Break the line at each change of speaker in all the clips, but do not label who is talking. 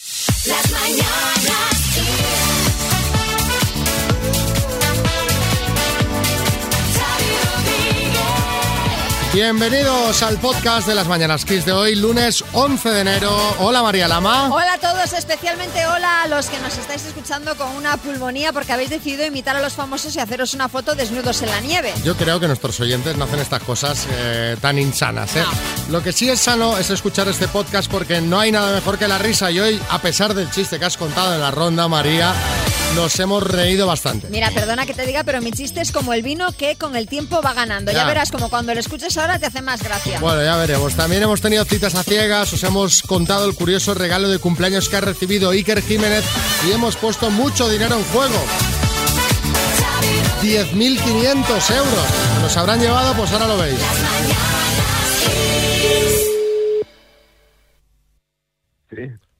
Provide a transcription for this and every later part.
Las mañanas Kiss. Xavi Rodríguez.
Bienvenidos al podcast de las Mañanas Kiss de hoy, lunes 11 de enero. Hola María Lama.
Hola a todos, especialmente hola a los que nos estáis escuchando con una pulmonía porque habéis decidido imitar a los famosos y haceros una foto desnudos en la nieve.
Yo creo que nuestros oyentes no hacen estas cosas eh, tan insanas. ¿eh? Lo que sí es sano es escuchar este podcast porque no hay nada mejor que la risa y hoy, a pesar del chiste que has contado en la ronda, María, nos hemos reído bastante.
Mira, perdona que te diga, pero mi chiste es como el vino que con el tiempo va ganando. Ya,
Ya.
verás como cuando lo escuches ahora te hace más gracia.
Bueno, ya veremos. También hemos tenido citas a ciegas, os hemos contado el curioso regalo de cumpleaños que ha recibido Iker Jiménez y hemos puesto mucho dinero en juego. 10.500 euros. Se Nos habrán llevado, pues ahora lo veis.
Sí,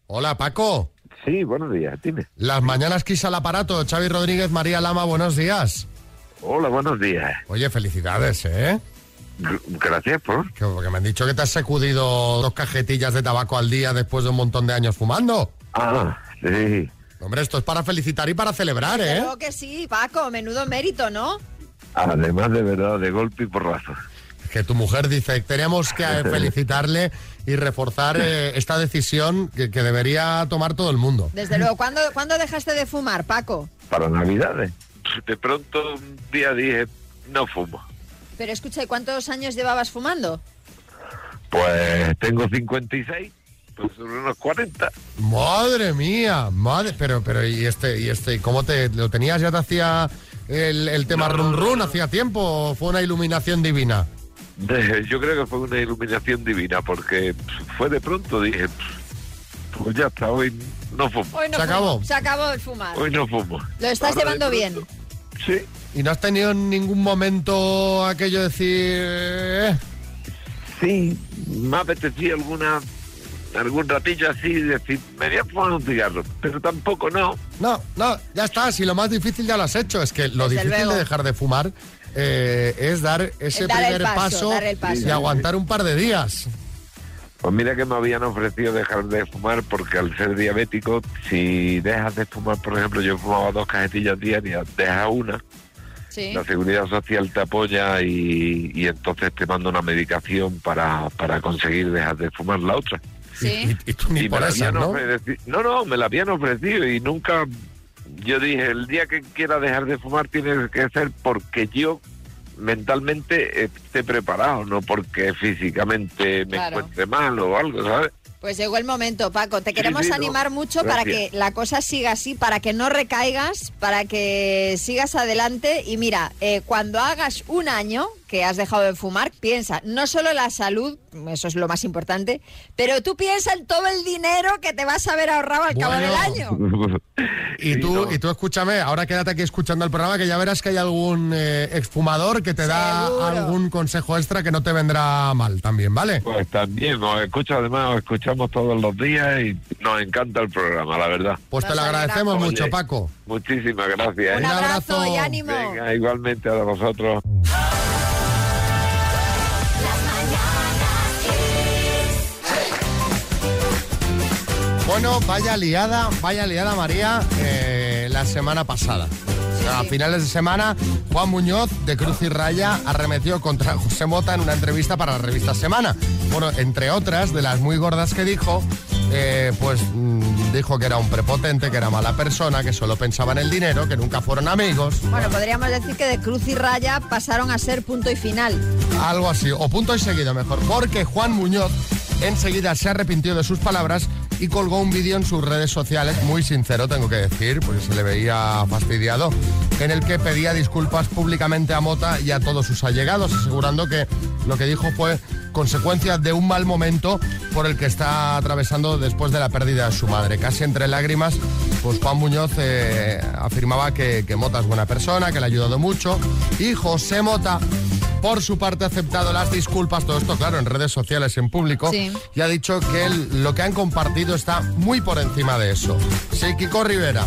Hola, Paco.
sí, buenos días, dime.
Las mañanas quisa el aparato. Xavi Rodríguez, María Lama, buenos días.
Hola, buenos días.
Oye, felicidades, ¿eh?
Gr- Gracias por...
Que, porque me han dicho que te has sacudido dos cajetillas de tabaco al día después de un montón de años fumando.
Ah, sí.
Hombre, esto es para felicitar y para celebrar, ¿eh?
Creo que sí, Paco, menudo mérito, ¿no?
Además de verdad, de golpe y porrazo.
que tu mujer dice que teníamos que eh, felicitarle y reforzar eh, esta decisión que, que debería tomar todo el mundo.
Desde luego, ¿cuándo, ¿cuándo dejaste de fumar, Paco?
Para Navidades. De pronto, un día dije, no fumo.
Pero escucha, ¿y cuántos años llevabas fumando?
Pues tengo 56, pues sobre unos 40.
Madre mía, madre, pero pero y este y este cómo te lo tenías ya te hacía el, el tema
No,
run
no,
run
no.
hacía tiempo o fue una iluminación divina.
De- yo creo que fue una iluminación divina, porque pf, fue de pronto, dije, pf, pues ya está, hoy no fumo.
Hoy no
Se
fumo,
acabó.
Se acabó el fumar.
Hoy no fumo.
Lo estás
Ahora, de
llevando bien.
pronto, Sí.
Y no has tenido en ningún momento aquello de decir eh,
Sí, me apetecía alguna algún ratillo así decir, me voy a fumar un cigarro, pero tampoco no.
no, no, ya está, si lo más difícil ya lo has hecho, es que lo
Desde
difícil
luego.
de dejar de fumar eh, es dar ese
Dar el
primer
paso, dar el
y
paso.
aguantar un par de días.
Pues mira que me habían ofrecido dejar de fumar porque al ser diabético, si dejas de fumar, por ejemplo, yo fumaba dos cajetillas diarias, deja una,
Sí.
la seguridad social te apoya y, y entonces te manda una medicación para, para conseguir dejar de fumar la otra.
Sí.
Y, y tú ni
Y me
por
la
esas,
habían
¿no?
ofreci- no, no, me la habían ofrecido y nunca. Yo dije, el día que quiera dejar de fumar tiene que ser porque yo mentalmente esté preparado, no porque físicamente me
Claro.
encuentre mal o algo, ¿sabes?
Pues llegó el momento, Paco. Te
Sí,
queremos
sí, no.
animar mucho para que
Gracias.
la cosa siga así, para que no recaigas, para que sigas adelante. Y mira, eh, cuando hagas un año que has dejado de fumar, piensa no solo la salud, eso es lo más importante, pero tú piensa en todo el dinero que te vas a haber ahorrado al cabo
Bueno.
del año.
Y
Sí,
tú,
no.
y tú escúchame, ahora quédate aquí escuchando el programa que ya verás que hay algún eh, exfumador que te da
Seguro.
algún consejo extra que no te vendrá mal también, ¿vale?
Pues también, os escucho, además os escuchamos todos los días y nos encanta el programa, la verdad.
Pues te
Nos
lo agradecemos
alegramos.
mucho,
Oye.
Paco.
Muchísimas gracias.
Un
¿eh?
abrazo,
abrazo.
y ánimo.
Venga, igualmente a vosotros.
Las mañanas Kiss.
Bueno, vaya liada, vaya liada María eh, la semana pasada. O sea, A finales de semana, Juan Muñoz de Cruz y Raya arremetió contra José Mota en una entrevista para la revista Semana. Bueno, entre otras de las muy gordas que dijo, eh, pues mm, dijo que era un prepotente, que era mala persona, que solo pensaba en el dinero, que nunca fueron amigos,
Bueno, podríamos decir que de cruz y raya pasaron a ser punto y final.
algo así, o punto y seguido mejor, porque Juan Muñoz enseguida se arrepintió de sus palabras y colgó un vídeo en sus redes sociales, muy sincero tengo que decir, porque se le veía fastidiado, en el que pedía disculpas públicamente a Mota y a todos sus allegados, asegurando que lo que dijo fue consecuencia de un mal momento por el que está atravesando después de la pérdida de su madre. Casi entre lágrimas, pues Juan Muñoz eh, afirmaba que, que Mota es buena persona, que le ha ayudado mucho, y José Mota por su parte ha aceptado las disculpas, todo esto claro, en redes sociales, en público,
Sí.
y ha dicho que él- lo que han compartido está muy por encima de eso. Sí, Kiko Rivera.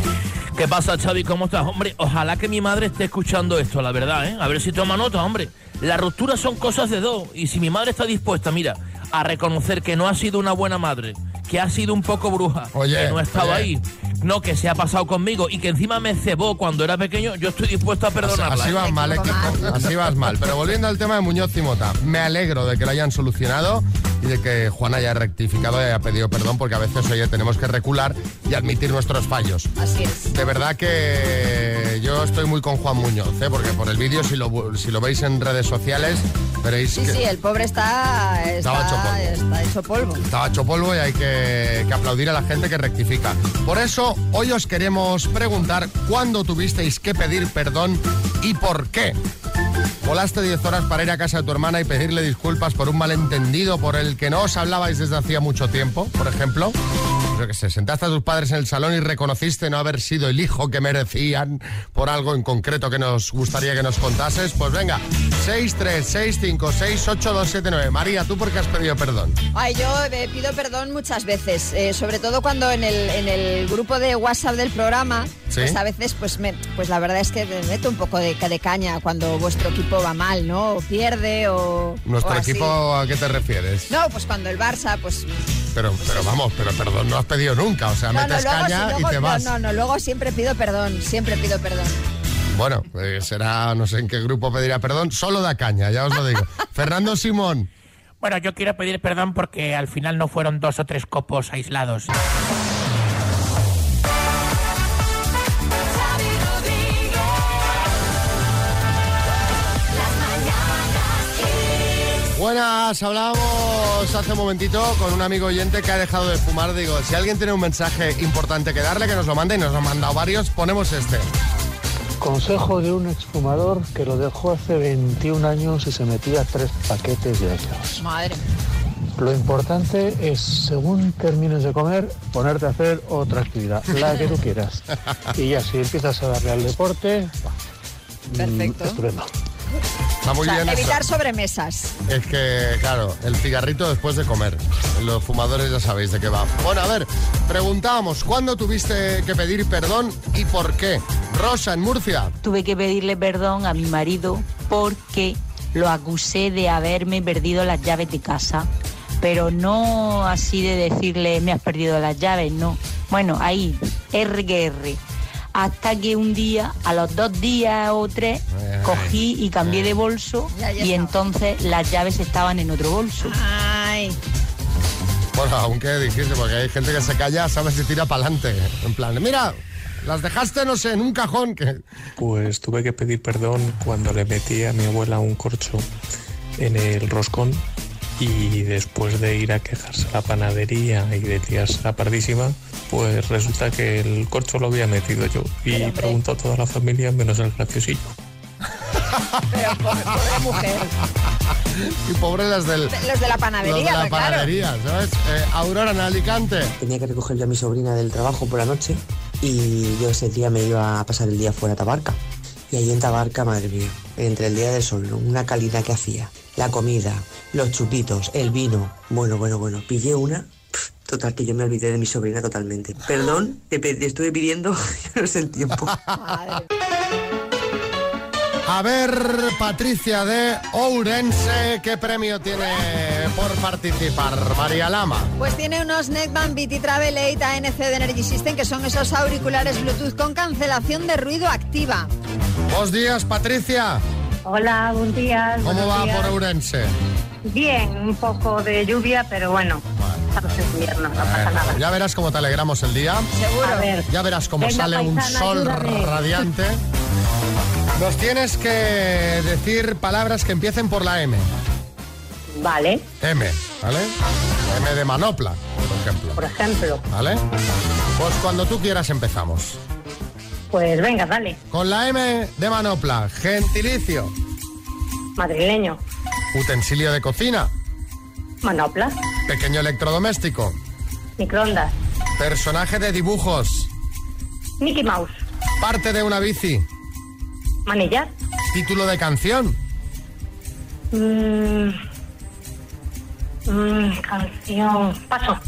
¿Qué pasa, Xavi? ¿Cómo estás? Hombre, ojalá que mi madre esté escuchando esto, la verdad, ¿eh? A ver si toma nota, hombre. Las rupturas son cosas de dos. Y si mi madre está dispuesta, mira, a reconocer que no ha sido una buena madre, que ha sido un poco bruja,
Oye,
que no
oye.
estaba ahí, no, que se ha pasado conmigo y que encima me cebó cuando era pequeño, yo estoy dispuesto a perdonarla.
Así
¿eh?
vas mal, eh, que- así vas mal. Pero volviendo al tema de Muñoz Timota, me alegro de que lo hayan solucionado y de que Juan haya rectificado y haya pedido perdón porque a veces, oye, tenemos que recular y admitir nuestros fallos.
Así es.
De verdad que yo estoy muy con Juan Muñoz, ¿eh? porque por el vídeo, si lo, bu- si lo veis en redes sociales, veréis
Sí,
que
sí, el pobre está,
Estaba
está-
hecho polvo.
está hecho polvo.
estaba hecho polvo y hay que, que aplaudir a la gente que rectifica. Por eso, hoy os queremos preguntar cuándo tuvisteis que pedir perdón y por qué. Volaste 10 horas para ir a casa de tu hermana y pedirle disculpas por un malentendido por el que no os hablabais desde hacía mucho tiempo, por ejemplo. Yo que sé, sentaste a tus padres en el salón y reconociste no haber sido el hijo que merecían por algo en concreto que nos gustaría que nos contases. Pues venga, 636568279. María, ¿tú por qué has pedido perdón?
Ay, yo eh, pido perdón muchas veces, eh, sobre todo cuando en el, en el grupo de WhatsApp del programa,
Sí.
pues a veces, pues, me- pues la verdad es que me meto un poco de, ca- de caña cuando vuestro equipo va mal, ¿no? O pierde o...
¿Nuestro
o así.
equipo a qué te refieres?
No, pues cuando el Barça, pues...
Pero, pero vamos, pero perdón no has pedido nunca. O sea,
No, no,
metes
luego,
caña y
sí, luego-
te
no,
vas.
no, no, luego siempre pido perdón, siempre pido perdón.
Bueno, eh, será, no sé en qué grupo pedirá perdón, solo da caña, ya os lo digo. Fernando Simón,
Bueno, yo quiero pedir perdón porque al final no fueron dos o tres copos aislados.
Xavi Rodríguez. Las mañanas Kiss.
buenas, hablamos hace un momentito con un amigo oyente que ha dejado de fumar. Digo, si alguien tiene un mensaje importante que darle, que nos lo mande y nos han mandado varios, ponemos este.
Consejo de un exfumador que lo dejó hace 21 años y se metía tres paquetes diarios.
Madre.
Lo importante es, según termines de comer, ponerte a hacer otra actividad, la que tú quieras. Y ya, si empiezas a darle al deporte, mm,
Perfecto.
estupendo.
Está muy
O sea,
bien. eso.
evitar sobremesas.
Es que, claro, el cigarrito después de comer. Los fumadores ya sabéis de qué va. Bueno, a ver, preguntábamos, ¿cuándo tuviste que pedir perdón y por qué? Rosa, en Murcia.
Tuve que pedirle perdón a mi marido porque lo acusé de haberme perdido las llaves de casa. Pero no así de decirle me has perdido las llaves, no. Bueno, ahí, R que R. Hasta que un día, a los dos días o tres,
Ay, ay,
cogí y cambié de bolso
Ya, ya
y
estaba.
entonces las llaves estaban en otro bolso.
Ay.
Bueno, aunque dijiste, porque hay gente que se calla, sabes si tira para adelante. En plan, mira, las dejaste, no sé, en un cajón. Que...
Pues tuve que pedir perdón cuando le metí a mi abuela un corcho en el roscón y después de ir a quejarse a la panadería y de tirarse la pardísima, pues resulta que el corcho lo había metido yo y preguntó a toda la familia menos al graciosillo.
Pero pobre, pobre mujer.
Y pobres las del...
Los de la
Los
panadería,
de la
pero claro.
panadería, ¿sabes? Eh, Aurora en Alicante.
Tenía que recoger yo a mi sobrina del trabajo por la noche y yo ese día me iba a pasar el día fuera a Tabarca. Y allí en Tabarca, madre mía, entre el día del sol, una calidad que hacía, la comida, los chupitos, el vino. Bueno, bueno, bueno, pillé una. pf, Total, que yo me olvidé de mi sobrina totalmente. Perdón, te, pe- te estuve pidiendo, ya no sé el tiempo.
Madre.
A ver, Patricia de Ourense, ¿qué premio tiene por participar? María Lama.
Pues tiene unos Netband BT Travel 8 ANC de Energy System que son esos auriculares Bluetooth con cancelación de ruido activa.
Buenos días, Patricia.
Hola, buen día.
¿Cómo
buenos
va
días.
por Ourense?
Bien, un poco de lluvia, pero bueno, estamos en invierno, no pasa
Bueno,
nada.
ya verás cómo te alegramos el día.
A ver,
Ya verás cómo
Venga,
sale un
paisana,
sol
ayúdame.
radiante. Nos tienes que decir palabras que empiecen por la M.
vale,
M, ¿vale? M de manopla, por ejemplo.
por ejemplo,
¿Vale? Pues cuando tú quieras empezamos.
pues venga, dale,
Con la M de manopla, gentilicio,
madrileño,
utensilio de cocina,
manopla,
pequeño electrodoméstico,
microondas,
personaje de dibujos,
Mickey Mouse,
parte de una bici,
manillar,
título de canción,
mm, mm, canción, paso,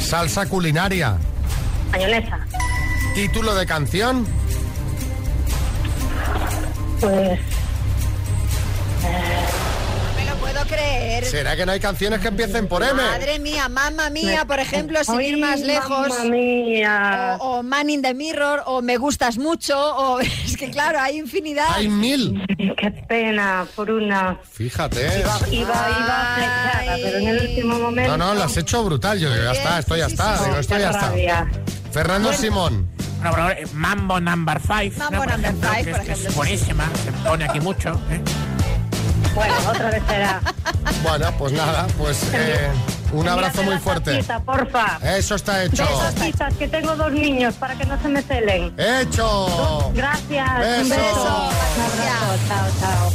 salsa culinaria,
mayonesa,
título de canción,
pues
No me lo puedo creer.
¿Será que no hay canciones que empiecen por M?
Madre mía, mamma mía, por ejemplo, sin
Ay,
ir más lejos.
Mamma mía.
Oh.
O, o Man in the Mirror, o Me gustas mucho, o es que claro, hay infinidad.
Hay mil.
Qué pena, por una.
Fíjate.
Iba, iba, iba flechada, pero en el último momento.
No, no, las has hecho brutal. Yo digo, ya está, esto ya está. Digo, esto
Qué
ya está.
rabia.
Fernando
Bueno.
Simón.
Bueno, bueno, eh, Mambo Number 5.
Mambo Number Five, por ejemplo,
Es
sí.
buenísima, se pone aquí mucho. ¿eh?
Bueno, otra vez será.
Bueno, pues nada, pues eh, un abrazo
Envíame
muy
la
fuerte. Eh.
tacita, porfa.
Eso está hecho.
Dos tacitas, que tengo dos niños para que no se me celen.
Hecho.
Gracias. Un
Beso.
beso. Un abrazo. Chao, chao.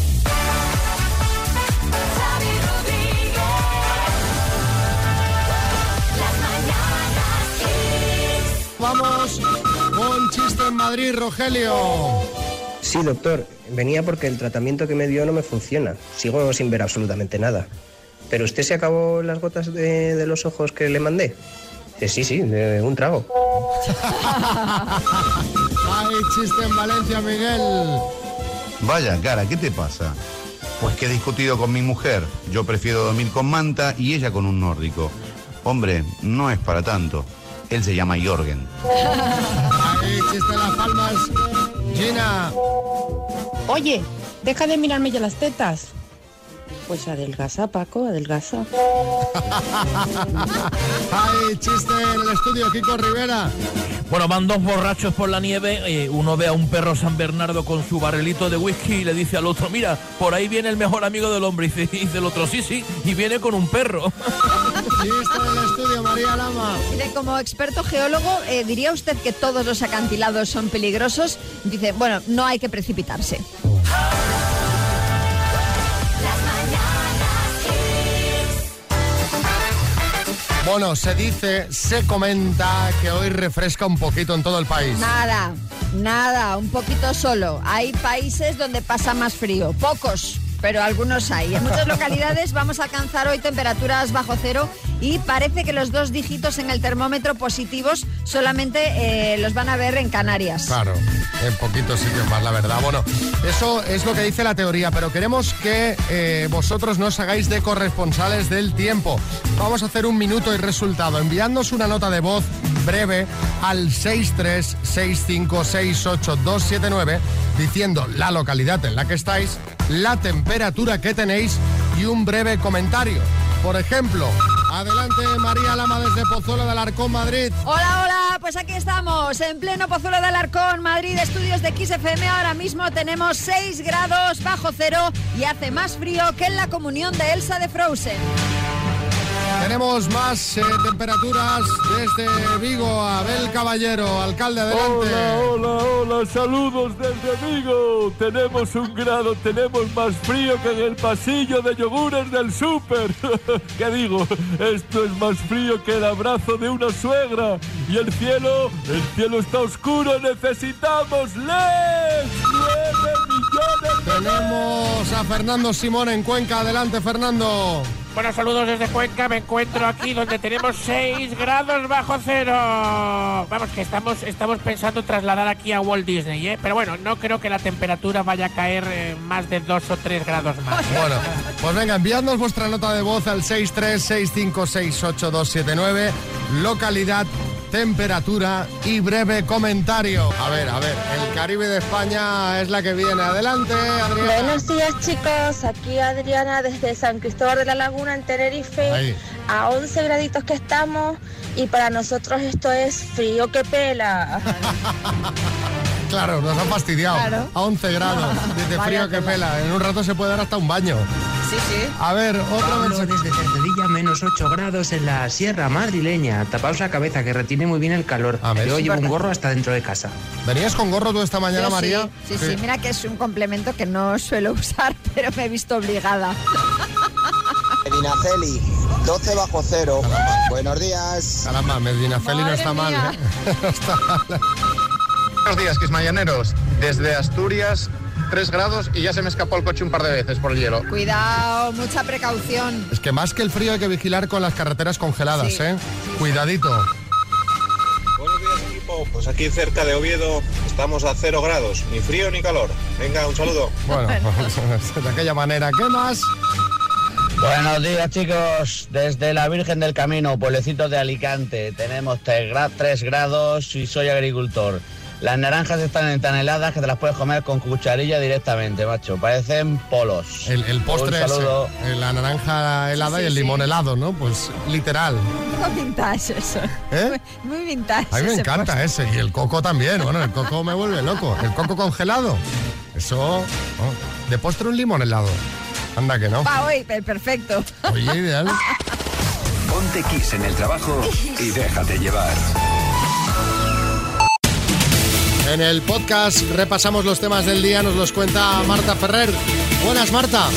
Xavi Rodríguez. Las mañanas Kiss.
Vamos con chiste en Madrid, Rogelio.
Sí, doctor, venía porque el tratamiento que me dio no me funciona. Sigo sin ver absolutamente nada. ¿Pero usted se acabó las gotas de, de los ojos que le mandé? Eh, sí, sí, de un trago.
Hay chiste en Valencia, Miguel.
Vaya, cara, ¿qué te pasa? Pues que he discutido con mi mujer. Yo prefiero dormir con manta y ella con un nórdico. Hombre, no es para tanto. Él se llama Jorgen.
Hay chiste en Las Palmas. Gina.
Oye, deja de mirarme ya las tetas. Pues adelgaza, Paco, adelgaza.
Hay chiste en el estudio, Kiko Rivera.
Bueno, van dos borrachos por la nieve, eh, uno ve a un perro San Bernardo con su barrilito de whisky y le dice al otro, mira, por ahí viene el mejor amigo del hombre. Y dice, y dice el otro, sí, sí, y viene con un perro.
Chiste en el estudio, María Lama.
Dice, como experto geólogo, eh, ¿diría usted que todos los acantilados son peligrosos? Dice, bueno, no hay que precipitarse.
Las mañanas Kiss.
Bueno, se dice, se comenta que hoy refresca un poquito en todo el país.
Nada, nada, un poquito solo. Hay países donde pasa más frío, pocos, pero algunos hay. En muchas localidades vamos a alcanzar hoy temperaturas bajo cero y parece que los dos dígitos en el termómetro positivos solamente eh, los van a ver en Canarias.
Claro, en poquitos sitios más, la verdad. Bueno, eso es lo que dice la teoría, pero queremos que eh, vosotros nos hagáis de corresponsales del tiempo. Vamos a hacer un minuto y resultado, enviándonos una nota de voz breve al 636568279, diciendo la localidad en la que estáis, la temperatura que tenéis y un breve comentario. Por ejemplo, adelante María Lama desde Pozuelo de Alarcón, Madrid.
Hola, hola, pues aquí estamos, en pleno Pozuelo de Alarcón, Madrid, estudios de XFM. Ahora mismo tenemos 6 grados bajo cero y hace más frío que en la comunión de Elsa de Frozen.
Tenemos más eh, temperaturas desde Vigo. Abel Caballero, alcalde, adelante.
Hola, hola, hola, saludos desde Vigo. Tenemos un grado, tenemos más frío que en el pasillo de yogures del súper. ¿Qué digo? Esto es más frío que el abrazo de una suegra. Y el cielo, el cielo está oscuro, necesitamos LED.
Tenemos a Fernando Simón en Cuenca. Adelante, Fernando.
Bueno, saludos desde Cuenca. Me encuentro aquí donde tenemos 6 grados bajo cero. Vamos, que estamos, estamos pensando trasladar aquí a Walt Disney, ¿eh? Pero bueno, no creo que la temperatura vaya a caer eh, más de 2 o 3 grados más.
Bueno, pues venga, enviadnos vuestra nota de voz al 636568279. Localidad, temperatura y breve comentario. A ver, a ver, el Caribe de España es la que viene. Adelante, Adrián.
Buenos días chicos, aquí Adriana desde San Cristóbal de la Laguna en Tenerife,
Ahí.
a 11 graditos que estamos y para nosotros esto es frío que pela.
Claro, nos han fastidiado.
Claro.
A 11 grados. Dice
Vaya
frío que
tela.
pela. En un rato se puede dar hasta un baño.
Sí, sí.
A ver, otro
Pablo,
mensaje.
desde Cercedilla, menos 8 grados en la sierra madrileña. Tapaos la cabeza, que retiene muy bien el calor. Yo
es
llevo un
verdad.
gorro hasta dentro de casa.
¿Venías con gorro tú esta mañana,
Yo sí,
María?
Sí, sí, mira que es un complemento que no suelo usar, pero me he visto obligada.
Medinaceli, 12 bajo cero. Buenos días.
Caramba, Medinaceli no
Madre
está mal,
mía.
¿eh? No está mal.
Buenos días, Quismayaneros. Desde Asturias, 3 grados y ya se me escapó el coche un par de veces por el hielo.
Cuidado, mucha precaución.
Es que más que el frío hay que vigilar con las carreteras congeladas,
Sí,
¿eh? Cuidadito.
Pues aquí cerca de Oviedo estamos a cero grados, ni frío ni calor. Venga, un saludo.
pues, Bueno, de aquella manera, ¿qué más?
Buenos días chicos, desde la Virgen del Camino, pueblecito de Alicante, tenemos 3, grados y soy agricultor. Las naranjas están tan heladas que te las puedes comer con cucharilla directamente, macho, parecen polos.
El, el postre
Un saludo.
es eh, la naranja helada
Sí,
y el
sí,
limón
sí.
helado, ¿no? Pues literal.
Muy vintage eso.
¿Eh?
Muy vintage.
A mí me
ese
encanta
postre.
ese. Y el coco también. Bueno, el coco me vuelve loco. El coco congelado. Eso. oh, De postre un limón helado. Anda que no.
Va hoy, pe- perfecto.
Oye, ideal.
Ponte Kiss en el trabajo y déjate llevar.
En el podcast repasamos los temas del día. Nos los cuenta Marta Ferrer. Buenas, Marta.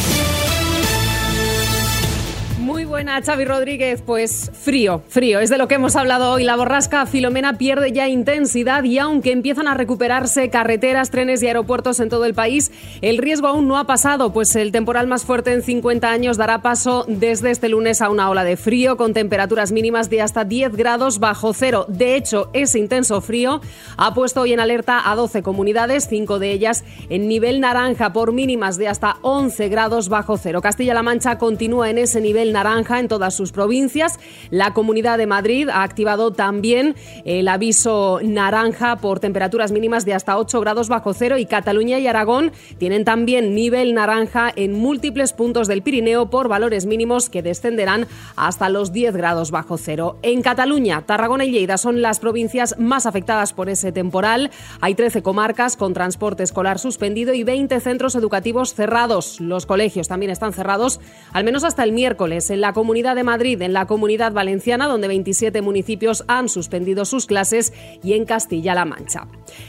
Muy buena, Xavi Rodríguez. Pues frío, frío. Es de lo que hemos hablado hoy. La borrasca Filomena pierde ya intensidad y aunque empiezan a recuperarse carreteras, trenes y aeropuertos en todo el país, el riesgo aún no ha pasado, pues el temporal más fuerte en 50 años dará paso desde este lunes a una ola de frío con temperaturas mínimas de hasta 10 grados bajo cero. De hecho, ese intenso frío ha puesto hoy en alerta a 12 comunidades, 5 de ellas en nivel naranja por mínimas de hasta 11 grados bajo cero. Castilla-La Mancha continúa en ese nivel naranja en todas sus provincias. La Comunidad de Madrid ha activado también el aviso naranja por temperaturas mínimas de hasta 8 grados bajo cero y Cataluña y Aragón tienen también nivel naranja en múltiples puntos del Pirineo por valores mínimos que descenderán hasta los 10 grados bajo cero. En Cataluña, Tarragona y Lleida son las provincias más afectadas por ese temporal. Hay 13 comarcas con transporte escolar suspendido y 20 centros educativos cerrados. Los colegios también están cerrados, al menos hasta el miércoles. En la Comunidad de Madrid, en la Comunidad Valenciana, donde 27 municipios han suspendido sus clases, y en Castilla-La Mancha.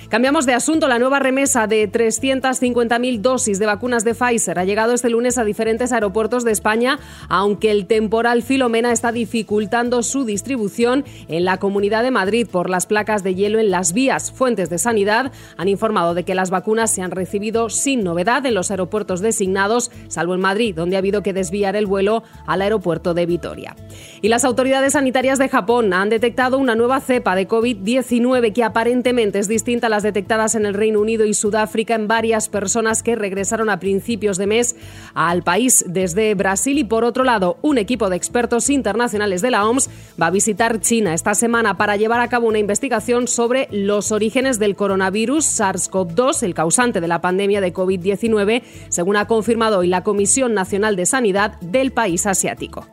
Cambiamos de asunto. La nueva remesa de 350.000 dosis de vacunas de Pfizer ha llegado este lunes a diferentes aeropuertos de España, aunque el temporal Filomena está dificultando su distribución en la Comunidad de Madrid por las placas de hielo en las vías. Fuentes de sanidad han informado de que las vacunas se han recibido sin novedad en los aeropuertos designados, salvo en Madrid, donde ha habido que desviar el vuelo al aeropuerto de Vitoria. Y las autoridades sanitarias de Japón han detectado una nueva cepa de COVID-19 que aparentemente es distinta a las detectadas en el Reino Unido y Sudáfrica en varias personas que regresaron a principios de mes al país desde Brasil. Y por otro lado, un equipo de expertos internacionales de la OMS va a visitar China esta semana para llevar a cabo una investigación sobre los orígenes del coronavirus SARS-CoV-2, el causante de la pandemia de COVID-19, según ha confirmado hoy la Comisión Nacional de Sanidad del país asiático.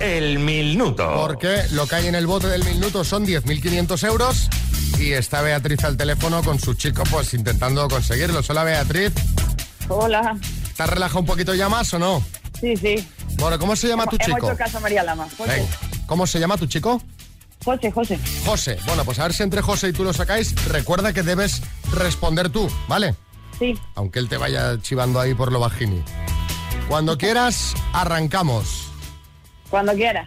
El minuto. Porque lo que hay en el bote del minuto son 10.500 euros y está Beatriz al teléfono con su chico pues intentando conseguirlos. Hola Beatriz.
Hola.
¿Te has relajado un poquito ya más o no?
Sí, sí.
Bueno, ¿cómo se llama tu
Hemos
chico?
hecho caso a María Lama. José.
Venga. ¿Cómo se llama tu chico?
José, José.
José. Bueno, pues a ver si entre José y tú lo sacáis. Recuerda que debes responder tú, ¿vale?
Sí.
Aunque él te vaya chivando ahí por lo bajini. Cuando quieras, arrancamos.
Cuando quieras.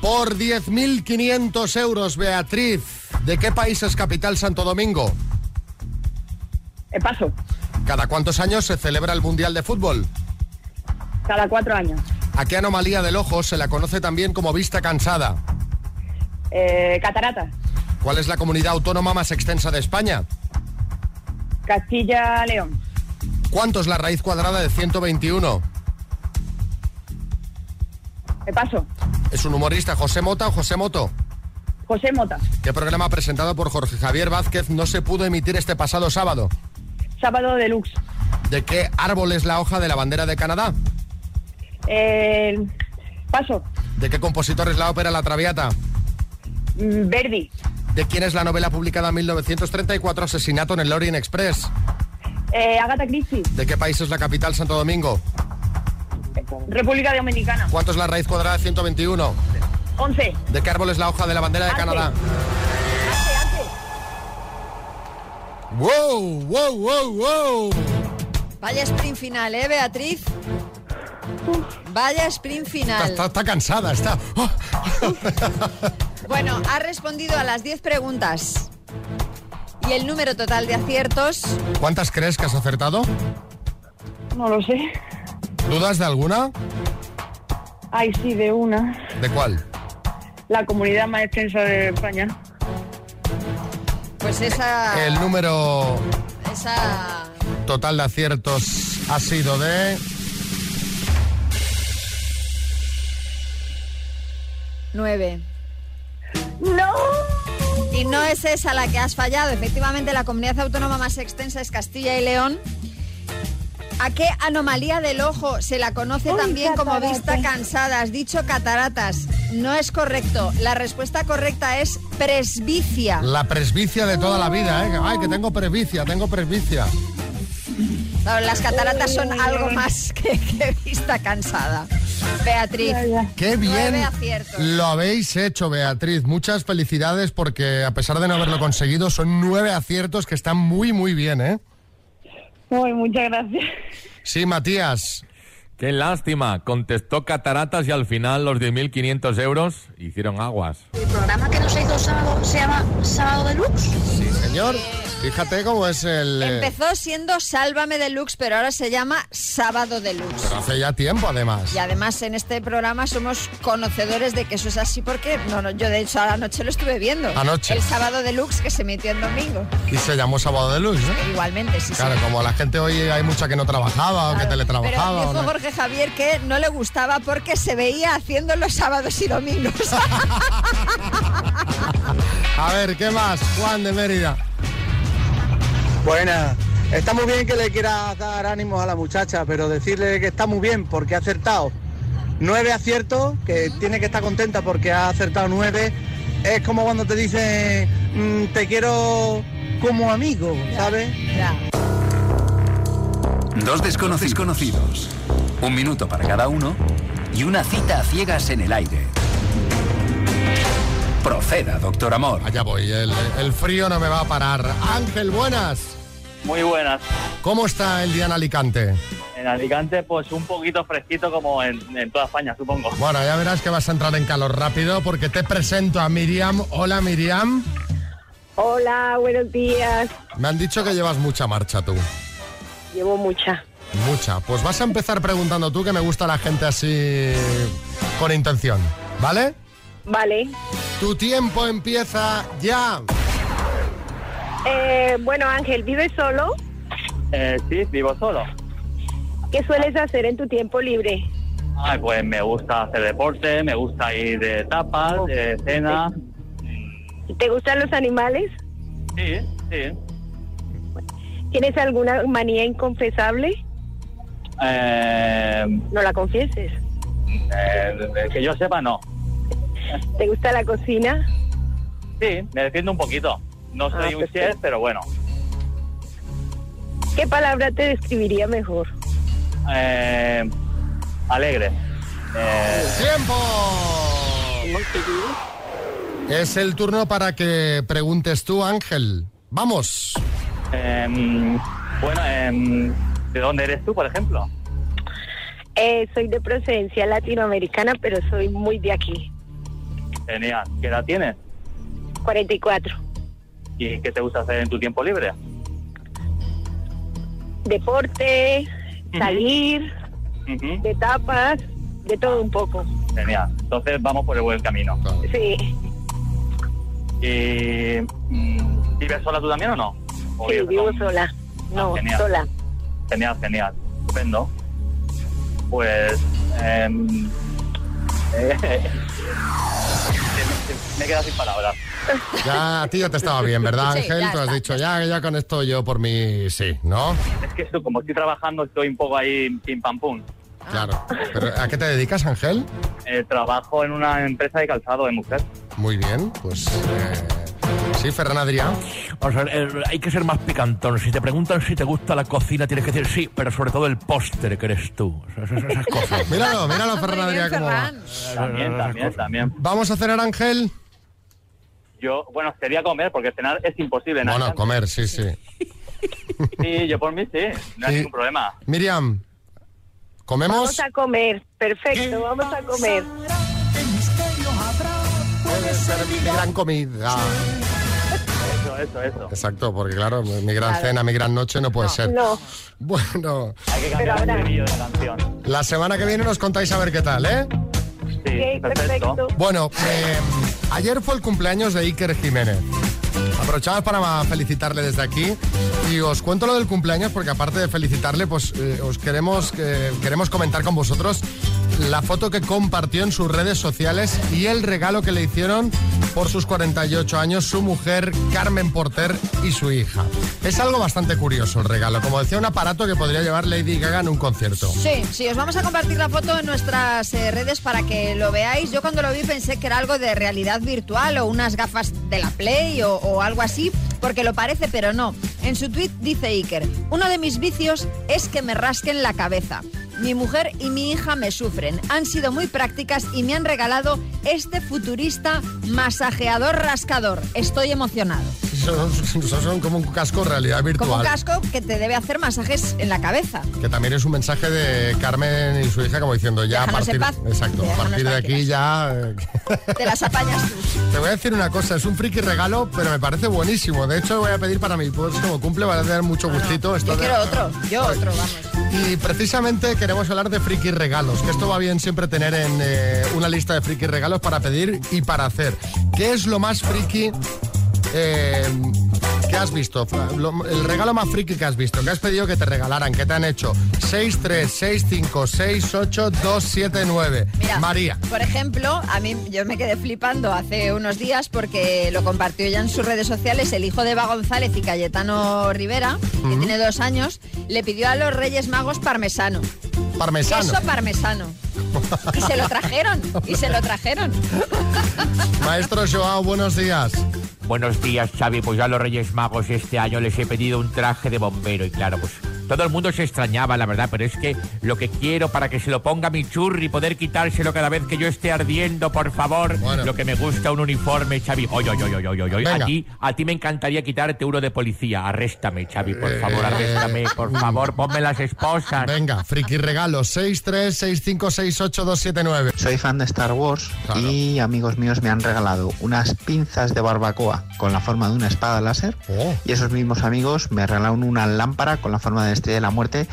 Por 10.500 euros, Beatriz. ¿De qué país es capital Santo Domingo?
Eh, paso.
¿Cada cuántos años se celebra el Mundial de Fútbol?
Cada cuatro años.
¿A qué anomalía del ojo se la conoce también como vista cansada?
Eh, catarata.
¿Cuál es la comunidad autónoma más extensa de España?
Castilla, León.
¿Cuánto es la raíz cuadrada de 121?
Eh, paso.
¿Es un humorista José Mota o José Moto?
José Mota.
¿Qué programa presentado por Jorge Javier Vázquez no se pudo emitir este pasado sábado?
Sábado Deluxe.
¿De qué árbol es la hoja de la bandera de Canadá?
Eh, paso.
¿De qué compositor es la ópera La Traviata?
Mm, Verdi.
¿De quién es la novela publicada en 1934 Asesinato en el Orient Express?
Eh, Agatha Christie.
¿De qué país es la capital Santo Domingo?
República Dominicana.
¿Cuánto es la raíz cuadrada de 121?
11.
¿De qué árbol es la hoja de la bandera
Ah,
de Canadá? ¡Wow, wow, wow, wow!
Vaya sprint final, ¿eh, Beatriz? Vaya sprint
Está,
final.
está- está cansada, está... ¡Oh!
Bueno, ha respondido a las 10 preguntas. Y el número total de aciertos,
¿Cuántas crees que has acertado?
No lo sé.
¿Dudas de alguna?
Ay, sí, de una.
¿De cuál?
La comunidad más extensa de España.
Pues esa.
El número
Esa.
total de aciertos ha sido de...
Nueve. ¡No! Y no es esa la que has fallado. Efectivamente, la comunidad autónoma más extensa es Castilla y León. ¿A qué anomalía del ojo se la conoce también como vista cansada? Has dicho cataratas. No es correcto. La respuesta correcta es presbicia.
La presbicia de toda la vida, ¿eh? Ay, que tengo presbicia, tengo presbicia.
Claro, las cataratas son algo más que, que vista cansada. Beatriz.
Qué
Nueve
bien
aciertos.
lo habéis hecho, Beatriz. Muchas felicidades porque a pesar de no haberlo conseguido, son nueve aciertos que están muy, muy bien, ¿eh?
Muy, muchas gracias.
Sí, Matías.
Qué lástima, contestó Cataratas y al final los 10.500 euros hicieron aguas.
El programa que nos hizo sábado se llama Sábado Deluxe.
Sí, señor. Fíjate cómo es el... eh,
Empezó siendo Sálvame Deluxe, pero ahora se llama Sábado Deluxe.
Pero hace ya tiempo, además.
Y además en este programa somos conocedores de que eso es así porque no, no, yo de hecho anoche lo estuve viendo.
Anoche.
El sábado deluxe que se emitió en domingo.
Y se llamó Sábado de Luz, ¿no?
Igualmente, sí,
Claro,
sí.
como la gente hoy hay mucha que no trabajaba o que
Pero
teletrabajaba. o
dijo
no-
Jorge Javier que no le gustaba porque se veía haciendo los sábados y domingos.
A ver, ¿qué más? Juan de Mérida.
Buena. Está muy bien que le quieras dar ánimos a la muchacha, pero decirle que está muy bien porque ha acertado nueve aciertos, que tiene que estar contenta porque ha acertado nueve. Es como cuando te dicen, mm, te quiero como amigo, ¿sabes?
Dos desconocidos conocidos. Un minuto para cada uno y una cita a ciegas en el aire. Proceda, doctor Amor.
Allá voy, el, el frío no me va a parar. Ángel, buenas.
Muy buenas.
¿Cómo está el día en Alicante?
En Alicante, pues un poquito fresquito como en, en toda España, supongo.
Bueno, ya verás que vas a entrar en calor rápido porque te presento a Miriam. Hola, Miriam.
Hola, buenos días.
Me han dicho que llevas mucha marcha tú.
Llevo mucha.
Mucha. Pues vas a empezar preguntando tú que me gusta la gente así con intención, ¿vale?
Vale.
Tu tiempo empieza ya.
Eh, bueno, Ángel, ¿vives solo?
Eh, sí, vivo solo.
¿Qué sueles hacer en tu tiempo libre?
Ay, pues me gusta hacer deporte, me gusta ir de tapas, de cena.
¿Te gustan los animales?
Sí, sí.
¿Tienes alguna manía inconfesable?
Eh,
No la confieses.
eh, que yo sepa, no.
¿Te gusta la cocina?
Sí, me defiendo un poquito. No
Ah,
soy un chef, pero bueno.
¿Qué palabra te describiría mejor?
Eh, alegre. Eh,
¡Tiempo! Es el turno para que preguntes tú, Ángel. Vamos.
em, bueno, em, ¿de dónde eres tú, por ejemplo?
Eh, soy de procedencia latinoamericana, pero soy muy de aquí.
Genial. ¿Qué edad tienes?
44.
¿Y qué te gusta hacer en tu tiempo libre?
Deporte, salir, de tapas, de todo un poco.
Genial. Entonces vamos por el buen camino.
Sí.
¿Y mm, vives sola tú también o no? ¿O
Sí,
vives
vivo
con- Ah,
sola. No,
genial.
sola.
Genial, genial. Estupendo. Pues... em, eh, me- me he quedado sin palabras.
Ya a ti ya te estaba bien, ¿verdad,
Sí,
Ángel?
ya
Tú has
está,
dicho, ya, ya con esto yo por mí sí, ¿no?
Es que esto, como estoy trabajando, estoy un poco ahí pim pam pum.
Claro. Pero, ¿A qué te dedicas, Ángel?
Eh, trabajo en una empresa de calzado de mujer.
Muy bien, pues... eh, Sí, Ferran Adrià.
Vamos a ver, eh, hay que ser más picantón. Si te preguntan si te gusta la cocina, tienes que decir sí, pero sobre todo el póster que eres tú. Esas, esas- esas cosas.
Míralo, míralo, Ferran Adrià, cómo va.
También, también, también.
Vamos a cenar, Ángel.
Yo, bueno, sería comer, porque cenar es imposible. ¿no?
Bueno, comer, sí, sí.
Sí, yo por mí sí, no hay
Sí.
ningún problema.
Miriam, ¿comemos?
Vamos a comer, perfecto, vamos a comer.
Mi gran comida.
Eso, eso, eso.
Exacto, porque claro, mi gran
Claro.
cena, mi gran noche no puede ser.
No.
Bueno,
Hay que cambiar el estribillo de la canción.
la semana que viene nos contáis a ver qué tal, ¿eh?
Sí, perfecto.
Bueno, eh, ayer fue el cumpleaños de Iker Jiménez. Aprovechamos para felicitarle desde aquí y os cuento lo del cumpleaños porque aparte de felicitarle, pues eh, os queremos, eh, queremos comentar con vosotros la foto que compartió en sus redes sociales y el regalo que le hicieron por sus 48 años su mujer Carmen Porter y su hija. Es algo bastante curioso el regalo, como decía, un aparato que podría llevar Lady Gaga en un concierto.
Sí, sí, os vamos a compartir la foto en nuestras eh, redes para que lo veáis. Yo cuando lo vi pensé que era algo de realidad virtual o unas gafas de la Play o, o algo así, porque lo parece, pero no. En su tweet dice Iker, uno de mis vicios es que me rasquen la cabeza. Mi mujer y mi hija me sufren. Han sido muy prácticas y me han regalado este futurista masajeador rascador. Estoy emocionado.
Son, son- son como un casco realidad virtual.
Como un casco que te debe hacer masajes en la cabeza.
Que también es un mensaje de Carmen y su hija como diciendo ya
Déjanos
a
en
partir,
paz.
exacto, a
Déjanos
partir de aquí ya eh,
Te las apañas tú.
te voy a decir una cosa, es un friki regalo, pero me parece buenísimo. De hecho voy a pedir para mi próximo cumple, va a tener mucho gustito. Esto
Yo
de-
quiero otro, yo otro, vamos.
Y precisamente queremos hablar de friki regalos, que esto va bien siempre tener en eh, una lista de friki regalos para pedir y para hacer. ¿Qué es lo más friki eh, que has visto? Lo- el regalo más friki que has visto, que has pedido que te regalaran, que te han hecho. 636568279.
Mira,
María.
Por ejemplo, a mí yo me quedé flipando hace unos días porque lo compartió ya en sus redes sociales el hijo de Eva González y Cayetano Rivera, que
Ujú.
tiene dos años, le pidió a los Reyes Magos parmesano.
Parmesano.
Queso parmesano. Y se lo trajeron, y se lo trajeron.
Maestro Joao, buenos días.
Buenos días, Xavi. Pues yo a los Reyes Magos este año les he pedido un traje de bombero y claro, pues todo el mundo se extrañaba, la verdad, pero es que lo que quiero para que se lo ponga mi churri y poder quitárselo cada vez que yo esté ardiendo, por favor, lo que me gusta un uniforme, Xavi. Oye, oye, oye, oye, oye, oye.
Venga.
A ti, a ti me encantaría quitarte uno de policía. Arréstame, Xavi, por favor,
Eh,
arréstame, por favor, ponme las esposas.
Venga, friki regalos, 636568279.
Soy fan de Star Wars y amigos míos me han regalado unas pinzas de barbacoa con la forma de una espada láser
Oh.
y esos mismos amigos me regalaron una lámpara con la forma de estrella de la muerte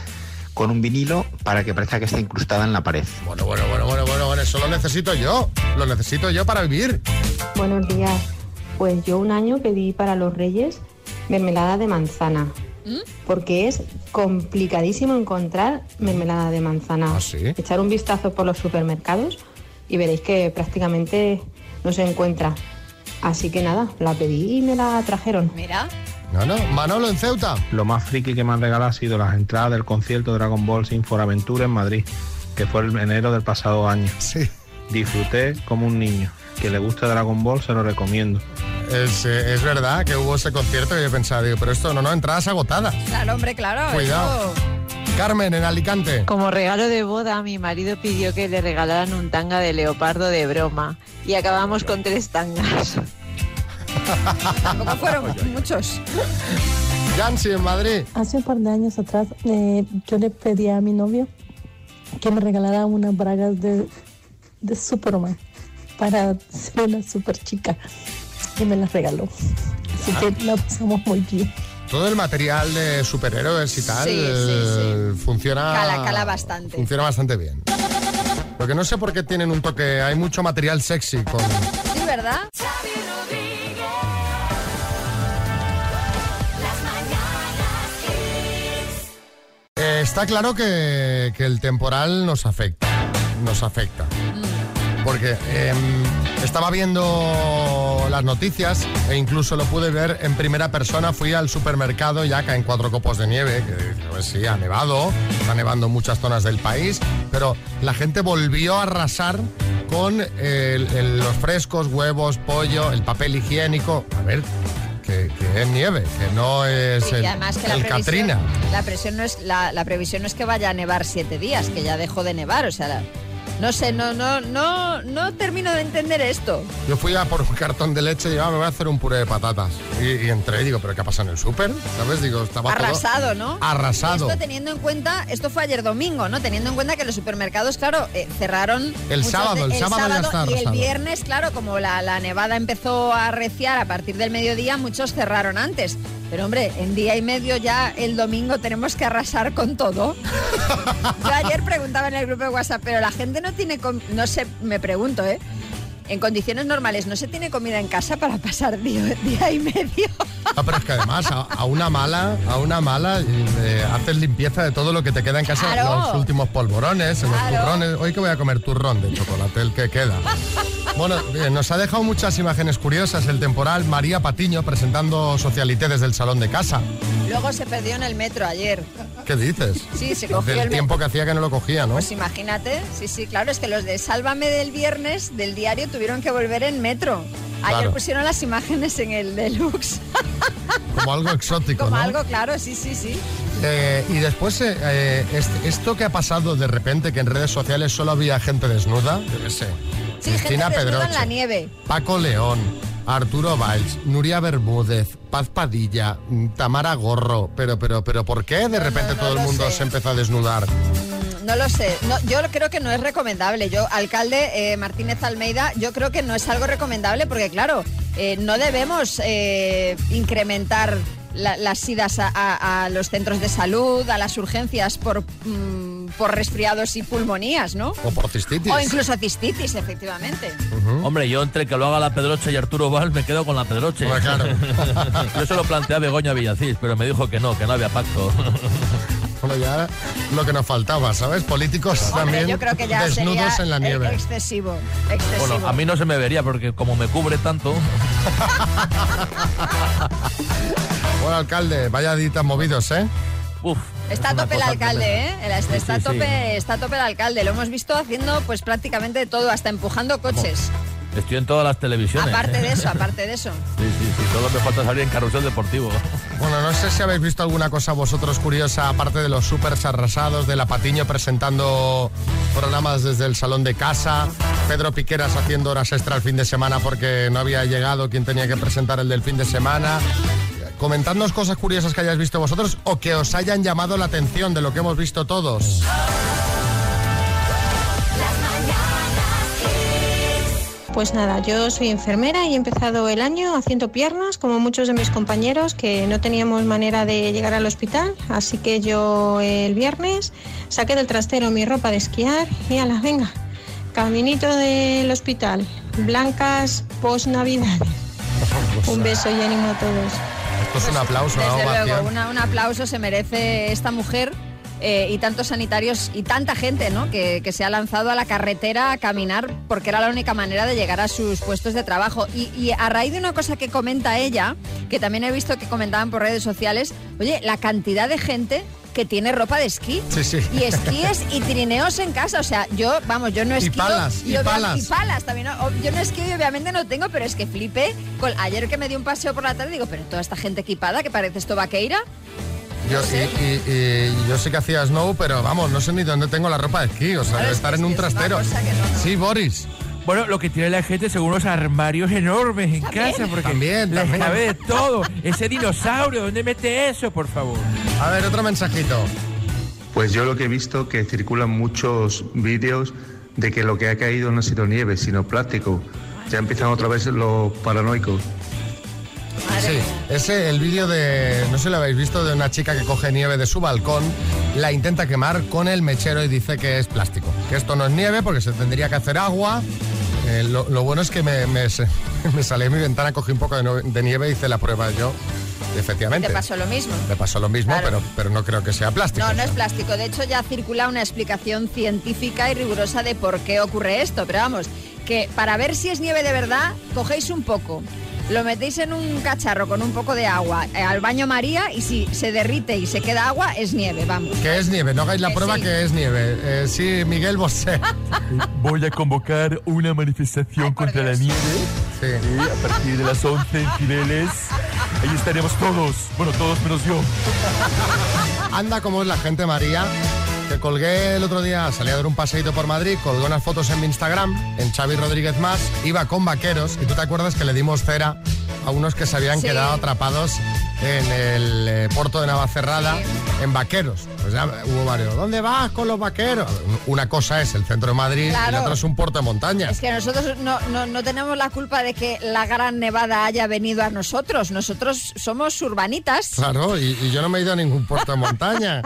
con un vinilo para que parezca que está incrustada en la pared.
Bueno, bueno, bueno, bueno, bueno, bueno, eso lo necesito yo. Lo necesito yo para vivir.
Buenos días. Pues yo un año pedí para los Reyes mermelada de manzana, porque es complicadísimo encontrar mermelada de manzana. Echar un vistazo por los supermercados y veréis que prácticamente no se encuentra. Así que nada, la pedí y me la trajeron.
Mira.
No, no, Manolo en Ceuta.
Lo más friki que me han regalado ha sido las entradas del concierto Dragon Ball Sin Aventura en Madrid, que fue en enero del pasado año. Disfruté como un niño. Que le gusta Dragon Ball se lo recomiendo.
Es, eh, es verdad que hubo ese concierto y yo pensaba, digo, pero esto no, no, entradas agotadas.
Claro, hombre, claro.
Cuidado. Carmen, en Alicante.
Como regalo de boda, mi marido pidió que le regalaran un tanga de leopardo de broma y acabamos con tres tangas.
Tampoco fueron muchos.
Yancy, en Madrid.
Hace un par de años atrás eh, yo le pedí a mi novio que me regalara unas bragas de, de Superman para ser una super chica y me las regaló. Así que la pasamos muy bien.
Todo el material de superhéroes y tal
Sí, sí,
eh, funciona.
Cala, cala bastante.
Funciona bastante bien. Lo que no sé por qué tienen un toque. Hay mucho material sexy con.
Sí, ¿verdad?
Eh, está claro que, que el temporal nos afecta. Nos afecta.
Mm.
Porque eh, estaba viendo las noticias e incluso lo pude ver en primera persona. Fui al supermercado ya caen cuatro copos de nieve, que pues sí, ha nevado, está nevando en muchas zonas del país, pero la gente volvió a arrasar con el- el- los frescos, huevos, pollo, el papel higiénico. A ver, que, que es nieve, que no es
Sí,
el,
y además que la
el
previsión,
Katrina.
La, presión no es, la, la previsión no es que vaya a nevar siete días, que ya dejó de nevar, o sea, la- no sé, no, no, no, no termino de entender esto.
Yo fui a por un cartón de leche y digo, "Ah, me voy a hacer un puré de patatas. Y, y entré y digo, ¿pero qué ha pasado en el súper? ¿Sabes? Digo, estaba todo
Arrasado, ¿no?
Arrasado.
Esto teniendo en cuenta, esto fue ayer domingo, ¿no? Teniendo en cuenta que los supermercados, claro, eh, cerraron
El
muchos
sábado, el sábado ya está
y el
arrasado.
viernes, claro, como la, la nevada empezó a arreciar a partir del mediodía, muchos cerraron antes. Pero hombre, en día y medio ya el domingo tenemos que arrasar con todo. Yo ayer preguntaba en el grupo de WhatsApp, pero la gente no tiene, com- no sé, me pregunto, ¿eh? En condiciones normales, ¿no se tiene comida en casa para pasar día, día y medio?
Ah, pero es que además a, a una mala, a una mala, eh, haces limpieza de todo lo que te queda en casa,
Claro.
los últimos polvorones, los
Claro.
turrones. Hoy que voy a comer turrón de chocolate, el que queda. Bueno, eh, nos ha dejado muchas imágenes curiosas el temporal. María Patiño presentando Socialité desde el salón de casa.
Luego se perdió en el metro ayer.
¿Qué dices?
Sí, se cogió
Del
el metro.
tiempo que hacía que no lo cogía, ¿no?
Pues imagínate, sí, sí, claro, es que los de Sálvame del viernes del diario tuvieron que volver en metro. Ayer
Claro.
pusieron las imágenes en el deluxe.
Como algo exótico,
Como
¿no?
algo, claro, sí, sí, sí.
Eh, y después, eh, eh, est- esto que ha pasado de repente, que en redes sociales solo había gente desnuda, yo qué sé,
Sí,
Cristina
gente desnuda en
Pedroche,
la nieve.
Paco León, Arturo Valls, Nuria Bermúdez, Paz Padilla, mm, Tamara Gorro, pero, pero, pero, ¿por qué de repente todo el
lo
mundo
sé.
se empezó a desnudar?
No lo sé. No, yo creo que no es recomendable. Yo, alcalde eh, Martínez Almeida, yo creo que no es algo recomendable porque, claro, eh, no debemos eh, incrementar la- las idas a, a- a los centros de salud, a las urgencias por, mm, por resfriados y pulmonías, ¿no?
O por cistitis.
O incluso cistitis, efectivamente.
Pues
Hombre, yo entre que lo haga la Pedroche y Arturo Valls me quedo con la Pedroche. yo se lo planteé a Begoña Villacís, pero me dijo que no, que no había pacto.
Bueno, ya lo que nos faltaba, ¿sabes? Políticos
Hombre,
también
yo creo que ya
desnudos
sería
en la nieve.
eh, excesivo, excesivo.
Bueno, a mí no se me vería porque como me cubre tanto...
Bueno, alcalde, vaya ditas movidos, ¿eh?
Uf.
Está a
una
tope el
cosa
alcalde, ¿eh? El- Está,
Sí, sí,
a
sí.
tope, está a tope el alcalde. Lo hemos visto haciendo pues prácticamente de todo, hasta empujando coches.
Estoy en todas las televisiones.
Aparte
¿eh?
de eso, aparte de eso.
Sí, sí, sí, solo me falta salir en carrusel deportivo.
Bueno, no sé si habéis visto alguna cosa vosotros curiosa, aparte de los supers arrasados, de la Patiño presentando programas desde el salón de casa, Pedro Piqueras haciendo horas extra el fin de semana porque no había llegado quien tenía que presentar el del fin de semana. Comentadnos cosas curiosas que hayáis visto vosotros o que os hayan llamado la atención de lo que hemos visto todos.
Pues nada, yo soy enfermera y he empezado el año haciendo piernas, como muchos de mis compañeros que no teníamos manera de llegar al hospital. Así que yo eh, el viernes saqué del trastero mi ropa de esquiar y ala, venga, caminito del hospital. Blancas post Navidad. Un beso y ánimo a todos.
Esto es un aplauso, una
Desde
ovación.
luego, una- un aplauso se merece esta mujer eh, y tantos sanitarios y tanta gente ¿no? que, que se ha lanzado a la carretera a caminar porque era la única manera de llegar a sus puestos de trabajo. Y, y a raíz de una cosa que comenta ella, que también he visto que comentaban por redes sociales, oye, la cantidad de gente que tiene ropa de esquí.
Sí, sí.
Y esquíes y trineos en casa. O sea, yo, vamos, yo no
Y
esquío.
palas, y
obvia-
palas.
Y palas también. ¿no? O- Yo no esquío y obviamente no tengo, pero es que flipé. Con, ayer que me di un paseo por la tarde, digo, pero toda esta gente equipada que parece esto vaqueira.
Yo, y, y- y yo sé que hacía snow, pero vamos, no sé ni dónde tengo la ropa de esquí, o sea, debe estar en un trastero. Sí, Boris.
Bueno, lo que tiene la gente según unos armarios enormes en casa, porque
También,
la
también.
cabe de todo. Ese dinosaurio, ¿dónde mete eso, por favor?
A ver, otro mensajito.
Pues yo lo que he visto que circulan muchos vídeos de que lo que ha caído no ha sido nieve, sino plástico. Ya empiezan otra vez los paranoicos.
Sí, ese el vídeo de, no sé si lo habéis visto, de una chica que coge nieve de su balcón, la intenta quemar con el mechero y dice que es plástico. Que esto no es nieve porque se tendría que hacer agua. Eh, lo, lo bueno es que me, me, se- me salí de mi ventana, cogí un poco de, no- de nieve, hice la prueba yo. y Efectivamente.
Te pasó lo mismo.
Me pasó lo mismo,
Claro.
pero, pero no creo que sea plástico.
No, no es plástico. De hecho, ya circula una explicación científica y rigurosa de por qué ocurre esto. Pero vamos, que para ver si es nieve de verdad, cogéis un poco. Lo metéis en un cacharro con un poco de agua eh, al baño María y si se derrite y se queda agua, es nieve, vamos.
Que es nieve, no hagáis la
Que
prueba
sí.
que es nieve. Eh, sí, Miguel Bosé.
Voy a convocar una manifestación contra la nieve eh, a partir de las 11 en Cibeles. Ahí estaremos todos, bueno, todos menos yo.
Anda como es la gente, María. Que colgué el otro día, salí a dar un paseíto por Madrid, colgué unas fotos en mi Instagram, en Xavi Rodríguez Más, iba con vaqueros, y tú te acuerdas que le dimos cera a unos que se habían
Sí.
quedado atrapados en el eh, puerto de Navacerrada en vaqueros. Pues ya hubo varios. ¿Dónde vas con los vaqueros? Una cosa es el centro de Madrid y
Claro.
la otra es un puerto de montaña.
Es que nosotros no, no- no tenemos la culpa de que la gran nevada haya venido a nosotros. Nosotros somos urbanitas.
Claro, y, y yo no me he ido a ningún puerto de montaña.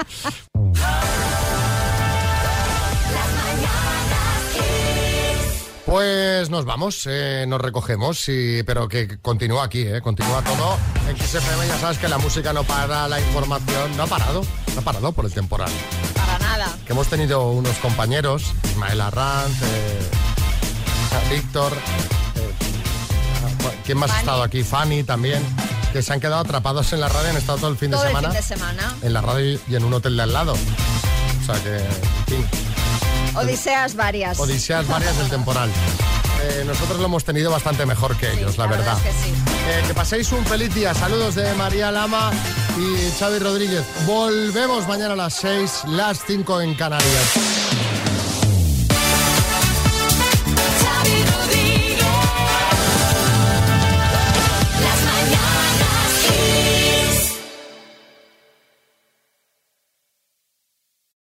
Pues nos vamos, eh, nos recogemos, y- pero que continúa aquí, eh, continúa todo. En XFM ya sabes que la música no para, la información no ha parado, no ha parado por el temporal.
Para nada.
Que hemos tenido unos compañeros, Ismael Arranz, eh, Víctor, eh, ah, ¿quién más ha estado aquí? Fanny también, que se han quedado atrapados en la radio, han estado todo el fin
Todo
de
el
semana
fin de semana.
en la radio y en un hotel de al lado. O sea que, en fin,
Odiseas varias.
odiseas varias del temporal. Eh, nosotros lo hemos tenido bastante mejor que ellos, la, verdad.
es que sí.
Eh, que paséis un feliz día. Saludos de María Lama y Xavi Rodríguez. Volvemos mañana a las 6, las 5 en Canarias.